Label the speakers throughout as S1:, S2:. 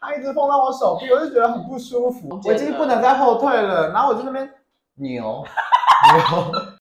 S1: 他一直碰到我手臂，我就觉得很不舒服，我已经不能再后退了。然后我就那边扭 扭，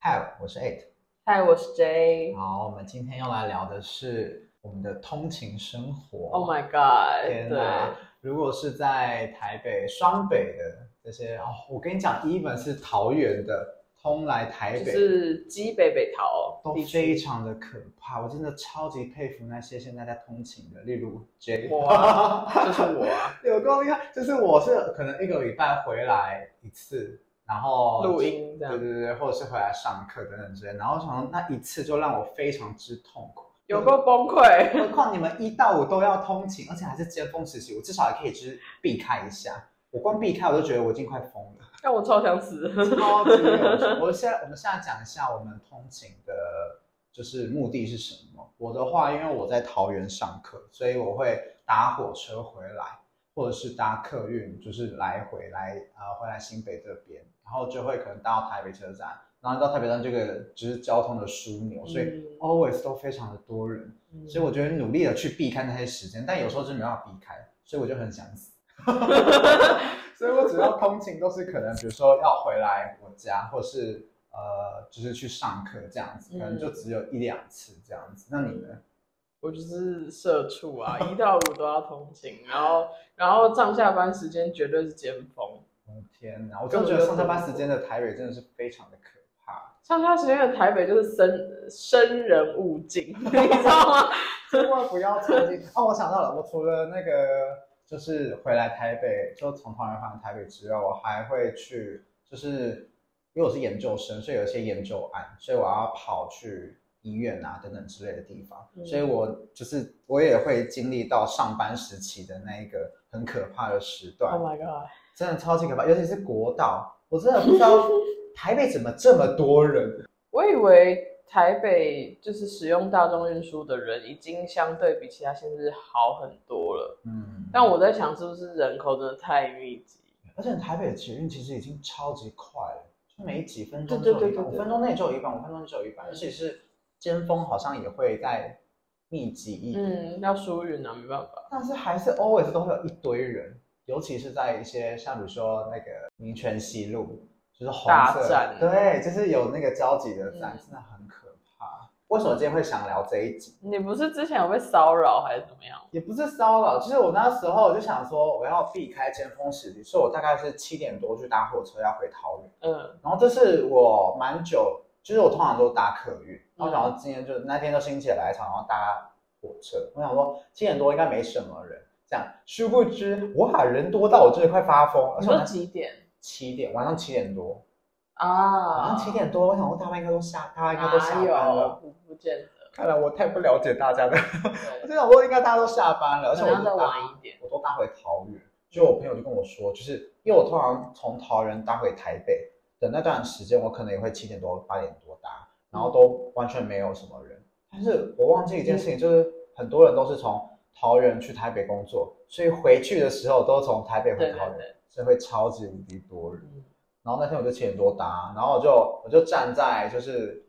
S1: 嗨，我是 Eight。
S2: 嗨，我是 J。
S1: 好，我们今天要来聊的是我们的通勤生活。
S2: Oh my god！
S1: 天
S2: 对，
S1: 哪！如果是在台北、双北的这些哦，我跟你讲，even 是桃园的通来台
S2: 就
S1: 北，
S2: 是鸡北北桃
S1: 都
S2: 地
S1: 非
S2: 区。
S1: 常的可怕。我真的超级佩服那些现在在通勤的，例如 J，
S2: 我啊 就是我啊，
S1: 有够厉害。就是我是可能一个礼拜回来一次，然后
S2: 录音这
S1: 对
S2: 样，
S1: 对对，或者是回来上课等等之类，然后想说那一次就让我非常之痛苦。
S2: 有够崩溃。
S1: 何况你们一到五都要通勤，而且还是尖峰时期，我至少还可以就是避开一下。我光避开我就觉得我已经快疯了，
S2: 但我超想死。
S1: 超级有趣。我现在我们现在讲一下我们通勤的，就是目的是什么。我的话，因为我在桃园上课，所以我会搭火车回来，或者是搭客运，就是来回来啊、呃回来新北这边，然后就会可能搭到台北车站，然后到台北站这个只是交通的枢纽，所以
S2: 嗯
S1: always 都非常的多人。所以我觉得努力的去避开那些时间，但有时候真的没办法避开，所以我就很想死。所以我只要通勤都是可能，比如说要回来我家，或是呃，就是去上课这样子，可能就只有一两次这样子。那你呢？
S2: 我就是社畜啊， 一到五都要通勤，然后然后上下班时间绝对是尖峰。
S1: 我的天哪，我真的觉得上下班时间的台北真的是非常的可怕。
S2: 上下时间的台北就是生生人勿近， 你知 道吗？
S1: 千万不要冲进。哦，我想到了，我除了那个就是回来台北，就从桃园回来台北之外，我还会去，就是因为我是研究生，所以有一些研究案，所以我要跑去医院啊等等之类的地方，
S2: 嗯
S1: 所以我就是我也会经历到上班时期的那一个很可怕的时段。
S2: Oh my god！
S1: 真的超级可怕，尤其是国道，我真的不知道台北怎么这么多人。
S2: 我以为台北就是使用大众运输的人已经相对比其他县市好很多了，
S1: 嗯，
S2: 但我在想是不是人口真的太密集？
S1: 而且台北的捷运其实已经超级快了，就没几分钟就
S2: 对
S1: 有一
S2: 对对
S1: 班
S2: 对对
S1: 五分钟内就有一班，五分钟内就有一班，
S2: 嗯
S1: 而且是尖峰好像也会再密集一点，
S2: 嗯，要疏运啊，没办法。
S1: 但是还是 always 都会有一堆人，尤其是在一些像比如说那个民权西路，就是红
S2: 大
S1: 色
S2: 站
S1: 对，就是有那个交集的站，
S2: 嗯
S1: 真的很可怕。为什么今天会想聊这一集？
S2: 你不是之前有被骚扰还是怎么样？
S1: 也不是骚扰，就是我那时候我就想说我要避开尖峰时期，所以我大概是七点多去搭火车要回桃园。
S2: 嗯
S1: 然后这是我蛮久，就是我通常都搭客
S2: 嗯
S1: 运，然后然后今天就那天就心血来潮，然后搭火车。我想说七点多应该没什么人，这样殊不知哇人多到我真的快发疯，而
S2: 嗯
S1: 且
S2: 你
S1: 我
S2: 说
S1: 那
S2: 几点
S1: 七点晚上七点多，晚
S2: 啊？哎
S1: 上七点多，我想说大家应该都下，大家应该都下
S2: 哪
S1: 班
S2: 有
S1: 了。
S2: 不不见得，
S1: 看来我太不了解大家的， 我
S2: 对，
S1: 就想说应该大家都下班了，而且
S2: 可
S1: 我
S2: 能要
S1: 就搭
S2: 再晚一点。
S1: 我都搭回桃园。就我朋友就跟我说，就是因为我通常从桃园搭回台北的那段时间，我可能也会七点多八点多搭，然后都完全没有什么人。但是我忘记一件事情，就是很多人都是从桃园去台北工作，所以回去的时候都从台北回
S2: 对对
S1: 桃园
S2: 对，
S1: 所以会超级无敌多人。
S2: 嗯
S1: 然后那天我就七点多搭，然后我就我就站在就是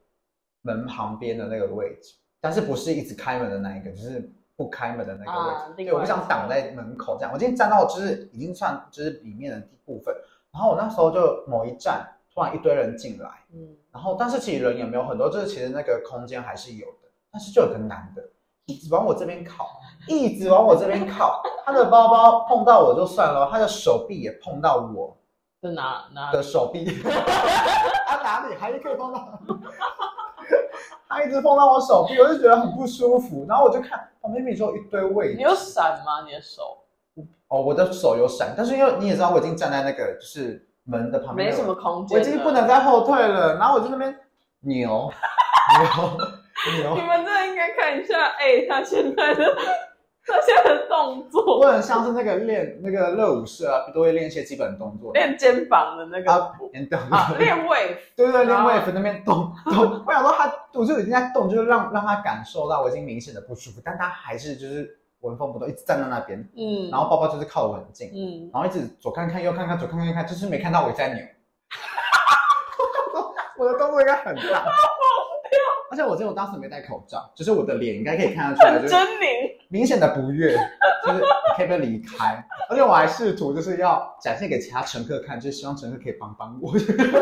S1: 门旁边的那个位置，但是不是一直开门的那一个，就是不开门的那个位置。
S2: 啊另
S1: 对，我不
S2: 外
S1: 想挡在门口这样。我今天站到就是已经算就是里面的部分，然后我那时候就某一站突然一堆人进来，
S2: 嗯，
S1: 然后但是其实人也没有很多，就是其实那个空间还是有的，但是就有个男的一直往我这边靠，一直往我这边靠，他的包包碰到我就算了，他的手臂也碰到我。
S2: 是哪哪
S1: 的手臂， 他哪里还是可以碰到，他一直碰到我手臂，我就觉得很不舒服。然后我就看旁边明明就有一堆位
S2: 你
S1: 置，
S2: 有闪吗？你的手
S1: 哦，我的手有闪，但是因为你也知道，我已经站在那个就是门的旁边，
S2: 没什么，空间
S1: 我
S2: 了，
S1: 已经不能再后退了。然后我就那边扭 扭
S2: 你
S1: 扭，
S2: 们这应该看一下，哎、他现在的 他现在的动
S1: 我
S2: 作，
S1: 很像是那个练那个热舞社啊，都会练一些基本动作，
S2: 练肩膀的那个
S1: 啊
S2: 舞
S1: 练动
S2: 啊，练位，
S1: 对对，另
S2: 然后
S1: 外也在那边动动，我想说他，我就已经在动，就是让让他感受到我已经明显的不舒服，但他还是就是纹风不动，一直站在那边，
S2: 嗯，
S1: 然后包包就是靠得很近，
S2: 嗯，
S1: 然后一直左看看右看看左看看右看，就是没看 到我在扭。我的动作应该很大，而且我记得我当时没戴口罩，就是我的脸应该可以看得出来，
S2: 很
S1: 就
S2: 狰
S1: 是
S2: 狞，
S1: 明显的不悦，就是可不可以离开？而且我还试图就是要展现给其他乘客看，就是希望乘客可以帮帮我，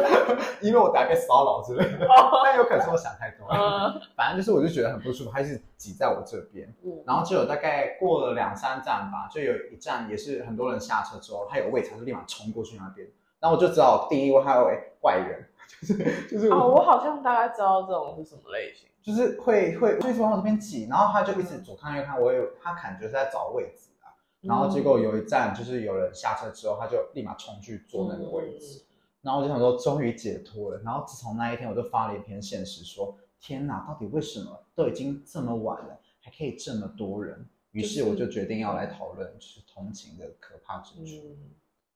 S1: 因为我等下被骚扰之类的。但有可能是我想太多了，
S2: 嗯
S1: 反正就是我就觉得很不舒服，他一直挤在我这边。
S2: 嗯，
S1: 然后就有大概过了两三站吧，就有一站也是很多人下车之后，他有位置，他就立马冲过去那边。然后我就只好第一位还有位怪人， 就是就是
S2: 哦，我好像大概知道这种是什么类型，
S1: 就是会会就一直往我这边挤，然后他就一直左看右看，我有他感觉是在找位置啊。然
S2: 嗯
S1: 后结果有一站就是有人下车之后，他就立马冲去坐那个位置。
S2: 嗯
S1: 然后我就想说，终于解脱了。然后自从那一天，我就发了一篇现实说：天哪，到底为什么都已经这么晚了，还可以这么多人？于是我就决定要来讨论就是同情的可怕之
S2: 嗯，
S1: 处。
S2: 嗯，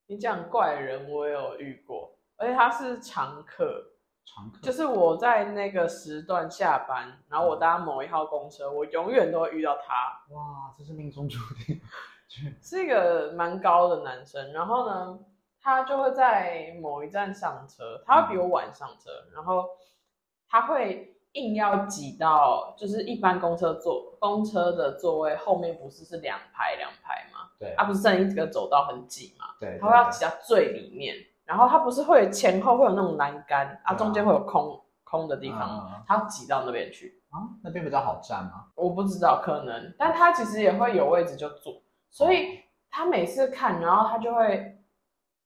S2: 你讲怪人我也有遇过，而且他是常客，
S1: 常客
S2: 就是我在那个时段下班，然后我搭某一号公车，我永远都会遇到他，
S1: 哇，这是命中注定。
S2: 是一个蛮高的男生。然后呢，他就会在某一站上车，他会比我晚上车，然后他会硬要挤到，就是一般公车座公车的座位后面不是是两排两排吗？啊
S1: 对
S2: 他、不是剩一个走道很挤吗？
S1: 对，
S2: 他会要挤到最里面，然后他不是会前后会有那种栏杆啊，
S1: 对啊
S2: 中间会有空空的地方吗。
S1: 啊
S2: 他挤到那边去，
S1: 啊，那边比较好站吗？
S2: 我不知道可能，但他其实也会有位置就坐，所以他每次看，然后他就会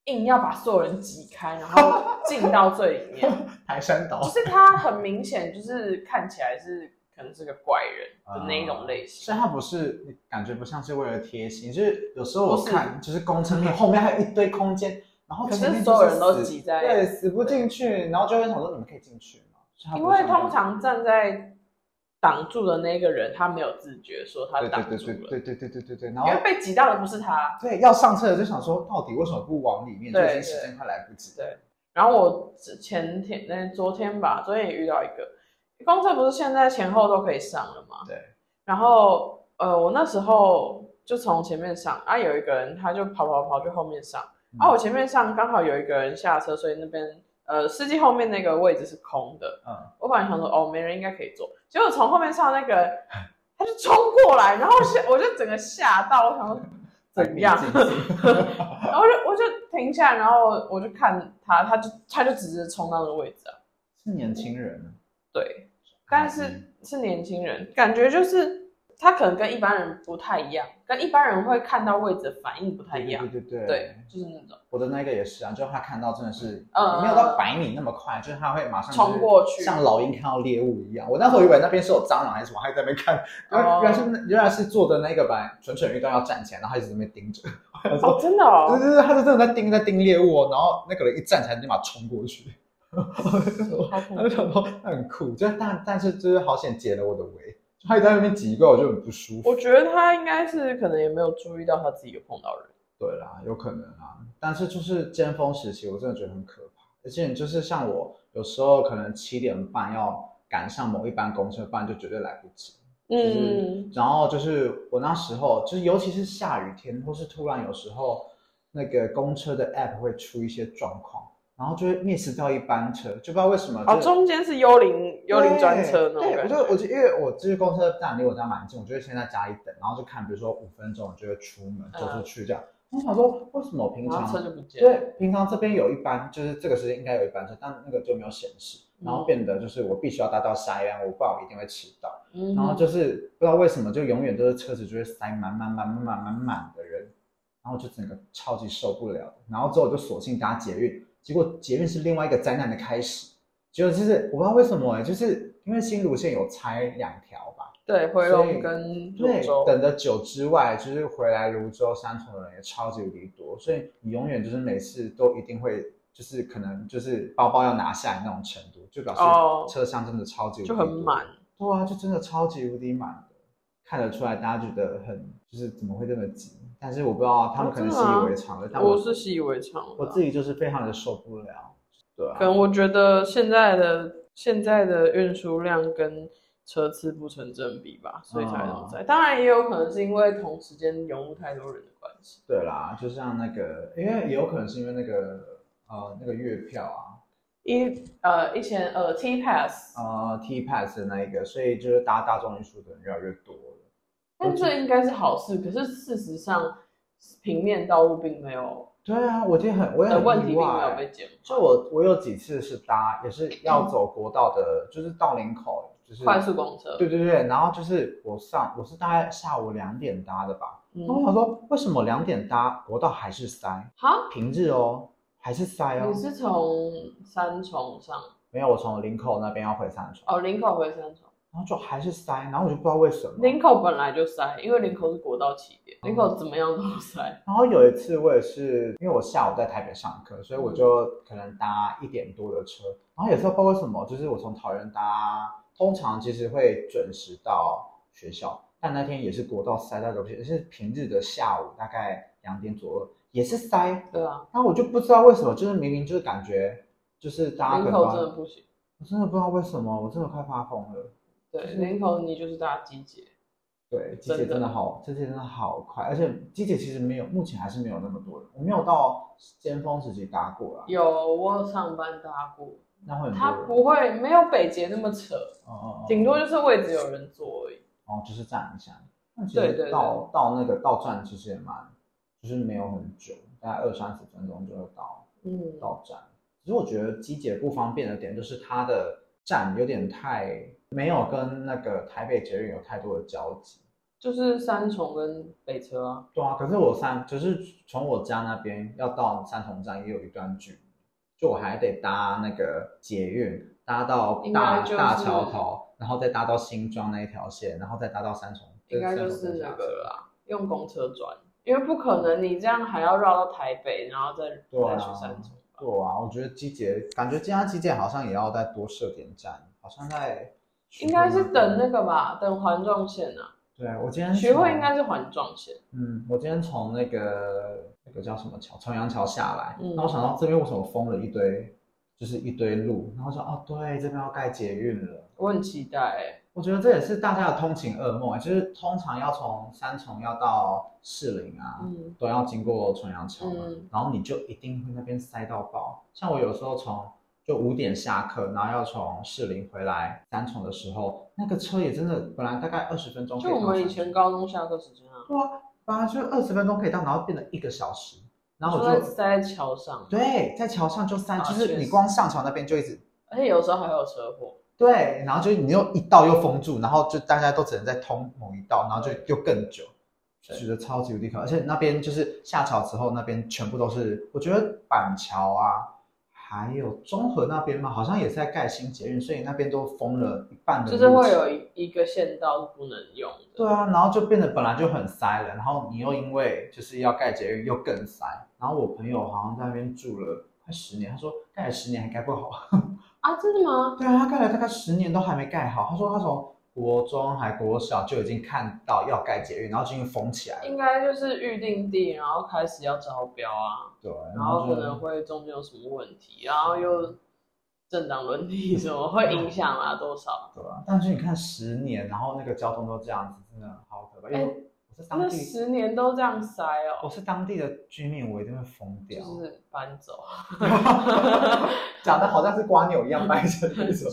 S2: 硬要把所有人挤开，然后进到最 里面，
S1: 排山倒
S2: 就，是他很明显就是看起来是可能是个怪人的那一种类型，
S1: 所以他不啊是感觉不像是为了贴心，就是有时候
S2: 不
S1: 我
S2: 是
S1: 看就是公车面后面还有一堆空间，然后
S2: 可是
S1: 前面就
S2: 所有人都
S1: 死
S2: 挤在
S1: 对，死不进去，然后就会想说你们可以进去吗？所以啊他
S2: 因
S1: 不是
S2: 为
S1: 那种
S2: 通常站在挡住的那个人他没有自觉说他
S1: 对
S2: 挡
S1: 对
S2: 住
S1: 对
S2: 了，
S1: 对对对对对对对，然
S2: 因为
S1: 后
S2: 被挤到的不是他，
S1: 对要上车的就想说到底为什么不往里面？就
S2: 对
S1: 已经时
S2: 对
S1: 间快来不及
S2: 对然后我之前天那昨天吧，昨天也遇到一个，公车不是现在前后都可以上了吗？
S1: 对。
S2: 然后呃，我那时候就从前面上，啊，有一个人他就跑跑跑去后面上，
S1: 嗯
S2: 啊，我前面上刚好有一个人下车，所以那边呃司机后面那个位置是空的。
S1: 嗯，
S2: 我本来想说哦，没人应该可以坐，结果从后面上那 个人他就冲过来，然后我就我就整个吓到，我想说怎样？
S1: 再逼近
S2: 然后我就我就停下来，然后我就看他，他就他就直接冲到那个位置啊，
S1: 是年轻人啊，
S2: 对，但
S1: 嗯
S2: 是是年轻人，感觉就是他可能跟一般人不太一样，跟一般人会看到位置的反应不太一样，
S1: 对对对
S2: 对，就是那种
S1: 我的那个也是啊，就是他看到真的是，
S2: 嗯
S1: 没有到百米那么快，就是他会马上就是
S2: 冲过去哦
S1: 像老鹰看到猎物一样。我那时候以为那边是有蟑螂还是什么，还在那边看，原来
S2: 哦
S1: 原来是那原来是坐的那个吧，蠢蠢欲动要站起来，然后他一直在那边盯着。 我想说
S2: 哦，真的
S1: 对
S2: 哦，
S1: 对对，他就真的在盯在盯猎物哦，然后那个人一站起来立马冲过去，
S2: 好恐
S1: 他就想
S2: 怖。
S1: 说他很酷，就但但是就是好险解了我的围，就他一直在那边挤过来，我就很不舒服。
S2: 我觉得他应该是可能也没有注意到他自己有碰到人，
S1: 对啦，有可能啊，但是就是尖峰时期，我真的觉得很可怕。而且就是像我有时候可能七点半要赶上某一班公车，不然就绝对来不及。
S2: 嗯，
S1: 然后就是我那时候，就是尤其是下雨天，或是突然有时候那个公车的 app 会出一些状况，然后就会 miss 掉一班车，就不知道为什么。
S2: 哦，
S1: 就
S2: 中间是幽灵幽灵专车那种
S1: 对，我
S2: 感
S1: 就我
S2: 觉，
S1: 就因为我就是公车站离我家蛮近，我就会先在家里等，然后就看，比如说五分钟，我就会出门走出去这样。我想说，为什么我平
S2: 嗯然
S1: 常
S2: 后车就不见了，
S1: 对，平常这边有一班，就是这个时间应该有一班车，但那个就没有显示，然后变得就是我必须要搭到下一班，我不然我一定会迟到。
S2: 嗯
S1: 然后就是不知道为什么，就永远都是车子就会塞满满满满满满满的人，然后就整个超级受不了的。然后之后我就索性搭捷运，结果捷运是另外一个灾难的开始。结果就是我不知道为什么、欸，就是因为新芦线有拆两条吧，
S2: 对回
S1: 所
S2: 龙
S1: 以
S2: 跟泸
S1: 对
S2: 州，，
S1: 等的久之外，就是回来泸州三重的人也超级无敌多，所以你永远就是每次都一定会，就是可能就是包包要拿下来那种程度，就表
S2: 哦
S1: 示车厢真的超级无敌
S2: 就很
S1: 多
S2: 满。
S1: 对啊，就真的超级无敌满的，看得出来大家觉得很就是怎么会这么挤？但是我不知道他们可能习
S2: 真的吗
S1: 以为常了，但
S2: 我是习以为常了。
S1: 我自己就是非常的受不了。对
S2: 可
S1: 啊，
S2: 能我觉得现在的现在的运输量跟车次不成正比吧，所以才会这么在。
S1: 哦
S2: 当然也有可能是因为同时间涌入太多人的关系。
S1: 对啦，就像那个，因为也有可能是因为那个呃那个月票啊，
S2: 一呃一千呃 T Pass，
S1: 呃 T Pass 的那一个，所以就是搭大众运输的人越来越多了。
S2: 但这应该是好事。可是事实上，平面道路并没有
S1: 对啊，我今天很我也
S2: 的
S1: 很
S2: 呃问题
S1: 意
S2: 并没有
S1: 外，
S2: 被解决，
S1: 就我我有几次是搭也是要走国道的，就是到林口就是
S2: 快速公车，
S1: 对对对，然后就是我上我是大概下午两点搭的吧，然后我
S2: 嗯，
S1: 想说为什么两点搭国道还是塞，
S2: 好，
S1: 平日哦还是塞哦
S2: 你，是从三重上
S1: 没有我从林口那边要回三重，
S2: 哦，林口回三重，
S1: 然后就还是塞，然后我就不知道为什么。
S2: 林口本来就塞，因为林口是国道起点，林口怎么样都塞，
S1: 然后有一次我也是，因为我下午在台北上课，所以我就可能搭一点多的车。然后有时候不知道为什么，就是我从桃园搭，通常其实会准时到学校，但那天也是国道塞到个不行，是平日的下午大概两点左右也是塞。
S2: 对啊，
S1: 然后我就不知道为什么，就是明明就是感觉就是大家可
S2: 林
S1: 能
S2: 口真的不行。
S1: 我真的不知道为什么，我真的快发疯了。
S2: 对，
S1: 就是
S2: 林口你就是大集结，
S1: 对，机姐
S2: 真的
S1: 真的好，机姐真的好快，而且机姐其实没有，目前还是没有那么多人，我没有到尖峰时期搭过啦，
S2: 有我有上班搭过，
S1: 那会很
S2: 它
S1: 多人。
S2: 不会没有北捷那么扯，
S1: 哦哦哦
S2: 顶多就是位置有人坐而已。
S1: 哦，就是站一下。那其
S2: 对对
S1: 实
S2: 对
S1: 到到那个到站其实也蛮，就是没有很久，大概二三十分钟就会到
S2: 嗯，
S1: 到站。其实我觉得机姐不方便的点就是它的站有点太没有跟那个台北捷运有太多的交集。
S2: 就是三重跟北车啊，
S1: 对啊，可是我三就是从我家那边要到三重站也有一段距离，就我还得搭那个捷运，搭到
S2: 应
S1: 大、
S2: 该就是
S1: 大桥头，然后再搭到新庄那一条线，然后再搭到三重，
S2: 应该就
S1: 三
S2: 是
S1: 重
S2: 那
S1: 站
S2: 个啦，用公车转，因为不可能你这样还要绕到台北，然后再
S1: 对啊
S2: 再去三重吧。
S1: 对啊，我觉得机捷感觉这家机捷好像也要再多设点站，好像在
S2: 应该是
S1: 啊
S2: 等那个吧，等环状线啊，
S1: 对我今天
S2: 徐汇
S1: 从
S2: 应该是环状线，
S1: 嗯，我今天从那个那个叫什么桥，重阳桥下来，
S2: 嗯
S1: 然后我想到这边为什么封了一堆，就是一堆路，然后说哦，对，这边要盖捷运了。
S2: 我很期待、欸。
S1: 我觉得这也是大家的通勤噩梦，欸就是通常要从三重要到士林啊，
S2: 嗯，
S1: 都要经过重阳桥嘛，
S2: 嗯
S1: 然后你就一定会那边塞到爆。像我有时候从就五点下课，然后要从士林回来三重的时候，那个车也真的本来大概二十分钟可
S2: 就
S1: 以到
S2: 我
S1: 三重，
S2: 们以前高中下课时间啊，
S1: 对啊，本来就二十分钟可以到，然后变成一个小时，然后
S2: 就
S1: 我
S2: 会
S1: 就
S2: 塞在桥上，
S1: 对在桥上就三，
S2: 啊
S1: 就是
S2: 确
S1: 你
S2: 实
S1: 光上桥那边就一直
S2: 而且有时候还会有车祸。
S1: 对，然后就是你又一道又封住，然后就大家都只能在通某一道，然后就又更久，
S2: 对
S1: 觉得超级无敌可怕。而且那边就是下桥之后，那边全部都是，我觉得板桥啊，还有中和那边嘛，好像也是在盖新捷运，所以那边都封了一半的路
S2: 就是
S1: 程，
S2: 会有一一个线道是不能用的。
S1: 嗯对啊，然后就变得本来就很塞了，然后你又因为就是要盖捷运又更塞。然后我朋友好像在那边住了快十年，他说盖了十年还盖不 好。
S2: 啊，真的吗？
S1: 对啊，他盖了大概十年都还没盖好。他说他从国中还国小就已经看到要盖捷运，然后就已经封起来了。
S2: 应该就是预定地，然后开始要招标啊，
S1: 对，
S2: 然后
S1: 就
S2: 可能会中间有什么问题，然后又政党轮替什么会影响啊多少？
S1: 对啊，但是你看十年，然后那个交通都这样子，真的好可怕。因为
S2: 哎
S1: 我是当
S2: 那
S1: 地，
S2: 十年都这样塞哦，
S1: 我是当地的居民，我一定会疯
S2: 就
S1: 掉。
S2: 是 搬走，啊
S1: 讲的好像是瓜牛一 样掰着那种。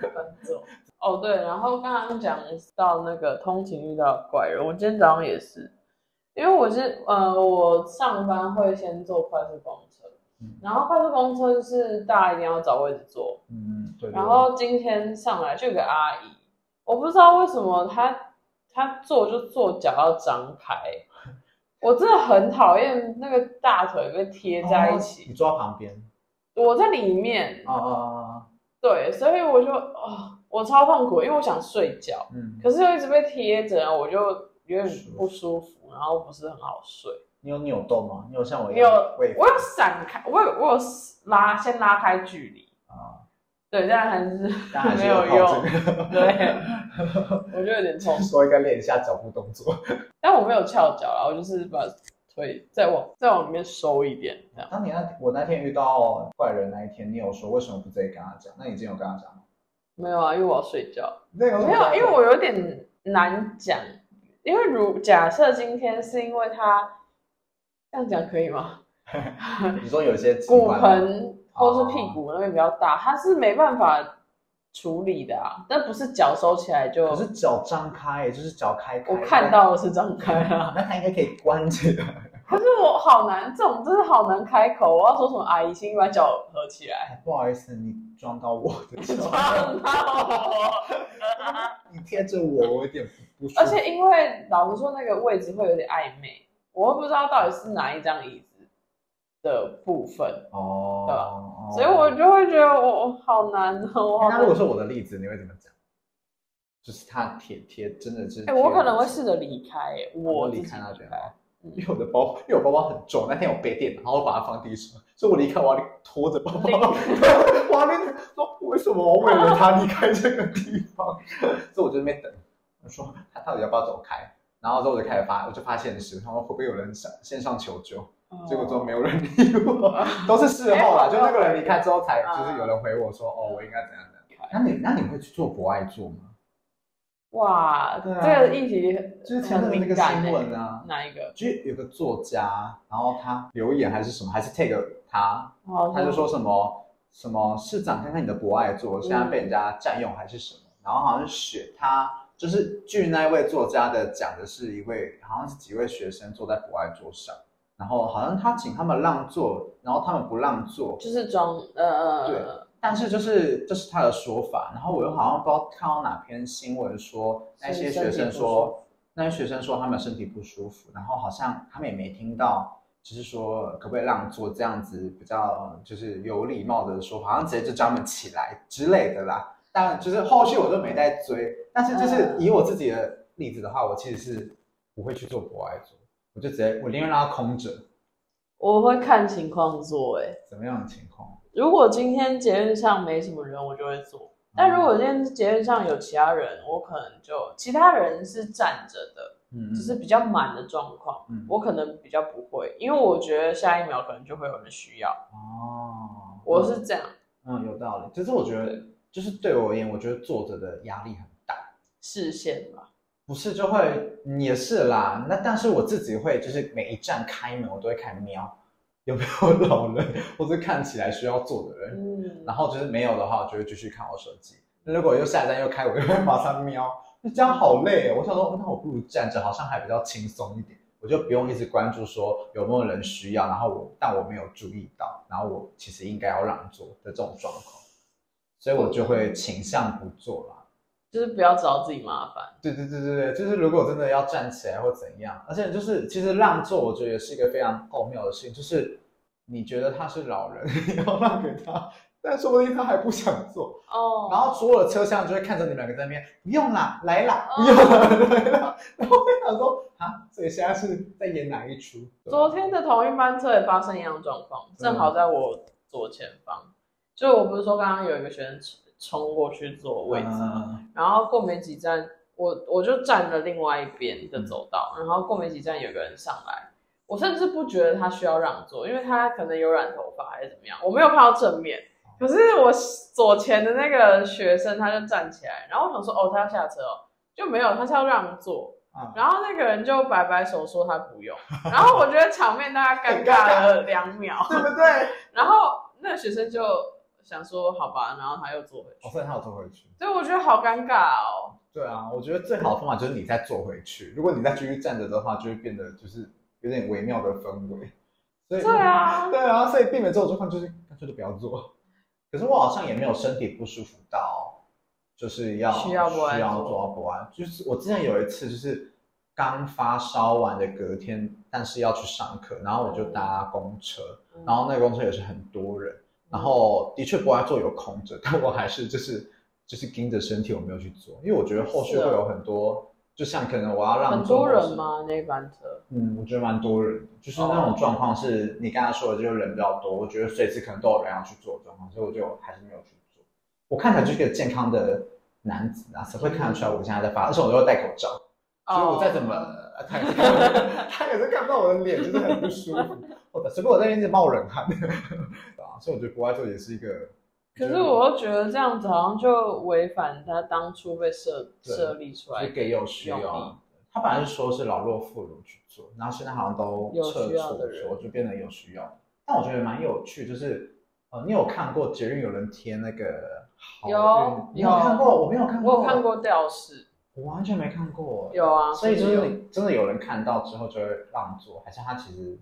S2: 搬走。哦对，然后刚刚讲到那个通勤遇到的怪人，我今天早上也是，因为我是呃我上班会先坐快速公车，
S1: 嗯
S2: 然后快速公车就是大家一定要找位置坐，
S1: 嗯，对。对
S2: 然后今天上来就有个阿姨，我不知道为什么她她坐就坐脚要张开，我真的很讨厌那个大腿被贴在
S1: 哦
S2: 一
S1: 你
S2: 起，嗯
S1: 坐到旁边。
S2: 我在里面，
S1: 哦哦哦，
S2: 对，所以我就哦，我超痛苦，因为我想睡觉，
S1: 嗯。
S2: 可是又一直被贴着，我就有点不舒服，然后不是很好睡。
S1: 你有扭动吗？你有像我一
S2: 你有
S1: 样喂
S2: 我有闪开，我有我有拉先拉开距离，
S1: 啊？
S2: 对，但还是
S1: 但还是
S2: 没有
S1: 靠
S2: 用，
S1: 这个
S2: 对，我就有点痛。
S1: 说应该练一下脚步动作。
S2: 但我没有翘脚啦，我就是把腿再往再往里面收一点，这样
S1: 当你那我那天遇到怪人那一天，你有说为什么不直接跟他讲？那你已经有跟他讲吗？
S2: 没有啊，因为我要睡觉。
S1: 那个
S2: 没有，因为我有点难讲，因为如假设今天是因为他这样讲可以吗？
S1: 你说有一些习
S2: 骨
S1: 惯吗，
S2: 盆或
S1: 哦
S2: 是屁股那边比较大，它是没办法处理的啊。但不是脚收起来就，
S1: 可是脚张开，就是脚开开。
S2: 我看到的是张开啊。
S1: 那它应该可以关起来。
S2: 可是我好难，这种真的好难开口。我要说什么？阿姨，请你把脚合起 来。
S1: 哎不好意思，你撞到我的脚，
S2: 撞到我
S1: 你贴着我，我有点不舒服。
S2: 而且因为老实说，那个位置会有点暧昧，我又不知道到底是哪一张椅子的部分，对吧
S1: 哦，
S2: 所以我就会觉得我我好难哦。我好
S1: 那如果是我的例子，你会怎么讲？就是他贴贴，真的是贴
S2: 哎、
S1: 着我的脚。
S2: 我可能会试着离开、哎我
S1: 离
S2: 自己
S1: 开那边
S2: 开
S1: 哦因为我的包，因为我包包很重，那天我背电脑，然后我把它放地上，所以我离开，我要拖着包包，
S2: 拎
S1: 我要拎着，说为什么我为了他离开这个地方， 所以我就在那边等，我说他到底要不要走开，然后之后我就开始发，我就发现实，然后会不会有人上线上求救，
S2: 哦
S1: 结果都没有人理我，都是事后啦，
S2: 哎
S1: 就那个人离开之后才
S2: 嗯
S1: 就是有人回我说，哦，我应该怎样怎样。那你那你会去做博爱做吗？
S2: 哇，
S1: 对啊
S2: 这个议题
S1: 就是前
S2: 很
S1: 阵子那
S2: 敏
S1: 个
S2: 感、
S1: 新
S2: 哎
S1: 闻啊。
S2: 哪一个？
S1: 就是有个作家，然后他留言还是什么，还是 take 他，
S2: 哦
S1: 他就说什么什么市长看看你的博爱座现在被人家占用还是什么，然后好像是学他，就是据那一位作家的讲的是一位好像是几位学生坐在博爱座上，然后好像他请他们让座，然后他们不让座，
S2: 哦就是装呃，
S1: 对但是就是这、是他的说法，然后我又好像不知道看到哪篇新闻说那些学生
S2: 身体不舒
S1: 说，那些学生说他们身体不舒服，然后好像他们也没听到，只是说可不可以让座这样子比较就是有礼貌的说法，好像直接就叫他们起来之类的啦。但就是后续我就没再追，但是
S2: 啊
S1: 就是以我自己的例子的话，我其实是不会去做博爱座，我就直接我宁愿让它空着，
S2: 我会看情况做、哎，
S1: 怎么样的情况？
S2: 如果今天捷运上没什么人，我就会坐。但如果今天捷运上有其他人，我可能就其他人是站着的，
S1: 嗯，
S2: 只是比较满的状况，
S1: 嗯
S2: 我可能比较不会，因为我觉得下一秒可能就会有人需要。
S1: 哦，
S2: 我是这样，
S1: 嗯，有道理。只是我觉得，就是对我而言，我觉得坐着的压力很大，
S2: 视线吧，
S1: 不是就会嗯也是啦。那但是我自己会，就是每一站开门，我都会看瞄有没有老人，或是看起来需要坐的人。
S2: 嗯，
S1: 然后就是没有的话，我就会继续看我手机。那如果又下一站又开，我又会马上瞄。就这样好累哦。我想说，那我不如站着，好像还比较轻松一点。我就不用一直关注说有没有人需要，然后我但我没有注意到，然后我其实应该要让座的这种状况，所以我就会倾向不做啦。
S2: 就是不要找自己麻烦，
S1: 对对对对对，就是如果真的要站起来或怎样，而且就是其实让座，我觉得也是一个非常奥妙的事情，就是你觉得他是老人， 你要让给他，但说不定他还不想做，
S2: 哦，
S1: 然后所有的车厢就会看着你们两个在那边，不用啦，来啦，
S2: 哦
S1: 不用啦，来啦。然后我想说，啊，所以现在是在演哪一出？
S2: 昨天的同一班车也发生一样状况，正好在我左前方。就我不是说刚刚有一个学生冲过去坐位置，
S1: 嗯
S2: 然后过没几站，我我就站了另外一边的走道，然后过没几站有个人上来，我甚至不觉得他需要让座，因为他可能有染头发还是怎么样，我没有看到正面。可是我左前的那个学生他就站起来，然后我想说哦，他要下车哦，就没有，他是要让座。
S1: 啊，
S2: 然后那个人就摆摆手说他不用，然后我觉得场面大概尴尬了两秒，
S1: 对不对？
S2: 然后那个学生就想说好吧，然后他又坐回去
S1: 我，哦算他有坐回去。
S2: 所以我觉得好尴尬哦。
S1: 对啊，我觉得最好的方法就是你再坐回去。如果你再继续站着的话，就会变得就是有点微妙的氛围。所以
S2: 对，啊，
S1: 对啊，所以避免这种状况就是干脆就不要做。可是我好像也没有身体不舒服到，就是要
S2: 需要不安
S1: 需要
S2: 做
S1: 做到不安。就是我之前有一次就是刚发烧完的隔天，但是要去上课，然后我就搭公车，然后那个公车也是很多人，然后的确不安座有空着，但我还是就是就是盯着身体，我没有去做，因为我觉得后续
S2: 是
S1: 会
S2: 哦
S1: 有很多，就像可能我要让
S2: 很
S1: 座
S2: 多
S1: 或
S2: 人
S1: 是
S2: 吗？那一班车？
S1: 嗯，我觉得蛮多人的，就是那
S2: 哦
S1: 种状况是你刚才说的，就是人比较多，我觉得随时可能都有人要去做的状况，所以我就还是没有去做。我看起来就是一个健康的男子啊，谁会看得出来我现在在发？而且我又戴口罩，
S2: 哦
S1: 所以我再怎么、呃他也是看不到他也是看不到我的脸，就是很不舒服。我只不过我在那边一直冒冷汗， 对啊，所以我觉得国外做也是一个。就
S2: 可
S1: 是
S2: 我又觉得这样子好像就违反他当初被设
S1: 对
S2: 设立出来
S1: 是给有需要
S2: 用力
S1: 的。他本来是说是老弱妇孺去做，然后现在好像都
S2: 有
S1: 撤
S2: 需要的
S1: 出
S2: 人
S1: 说，就变成有需要。但我觉得蛮有趣，就是哦，你有看过捷运有人贴那个好
S2: 有
S1: 运你有
S2: 有
S1: 看过？我没有看
S2: 我
S1: 过，
S2: 有看，过吊饰，
S1: 我完全没看过。
S2: 有啊，
S1: 所以就
S2: 有
S1: 是你真的有人看到之后就会让座，还是他其实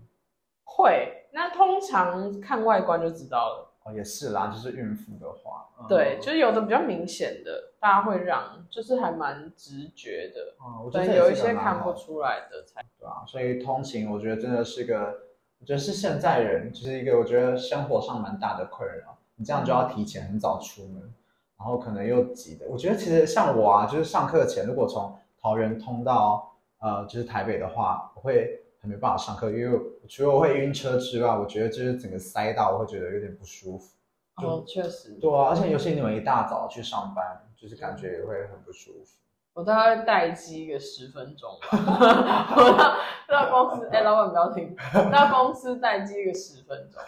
S2: 会。那通常看外观就知道了，
S1: 哦也是啦，就是孕妇的话，嗯
S2: 对，就是有的比较明显的，大家会让，就是还蛮直觉的，
S1: 哦，我觉
S2: 对，
S1: 得这也
S2: 有
S1: 是哦
S2: 一些
S1: 个蛮
S2: 看
S1: 好
S2: 不出来的才
S1: 对啊，所以通勤我觉得真的是个，我觉得是现在人就是一个我觉得生活上蛮大的困扰。你这样就要提前很早出门，然后可能又挤的。我觉得其实像我啊，就是上课前如果从桃园通到呃就是台北的话，我会很没办法上课，因为我除了我会晕车之外，我觉得就是整个塞到我会觉得有点不舒服。就
S2: 哦，确实，
S1: 对啊，而且尤其你们一大早去上班，就是感觉也会很不舒服。
S2: 我大概待机个十分钟吧， 我到到公司，哎、老板不要听，到公司待机个十分钟，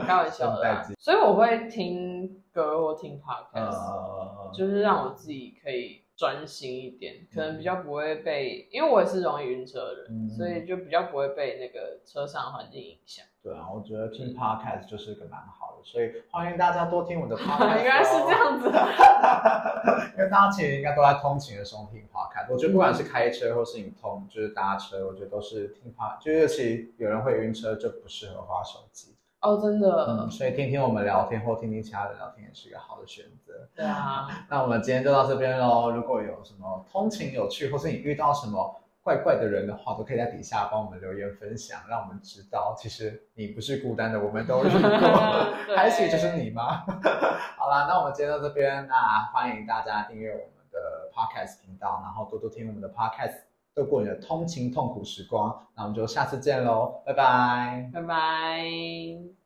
S2: 开玩笑的啦。所以我会听歌或听 podcast，、
S1: 呃，
S2: 就是让我自己可以专心一点，可能比较不会被，因为我也是容易晕车的人，
S1: 嗯
S2: 所以就比较不会被那个车上环境影响。
S1: 对啊，我觉得听 podcast 就是个蛮好的，所以欢迎大家多 听我的 podcast、哦
S2: 原来是这，样子，
S1: 因为大家其实应该都在通勤的时候听 podcast。我觉得不管是开车或是你通就是搭车，我觉得都是听 pod，就是尤其有人会晕车就不适合滑手机。
S2: 哦，真的
S1: 嗯，，所以听听我们聊天或听听其他人聊天也是一个好的选择。
S2: 对啊。
S1: 那我们今天就到这边喽。如果有什么通勤有趣，或是你遇到什么怪怪的人的话，都可以在底下帮我们留言分享，让我们知道其实你不是孤单的，我们都遇过。
S2: 对
S1: 还许就是你吗？ 好啦，那我们今天到这边，那欢迎大家订阅我们的 podcast 频道，然后多多听我们的 podcast，度过你的通勤痛苦时光。那我们就下次见喽，拜拜。
S2: 拜拜。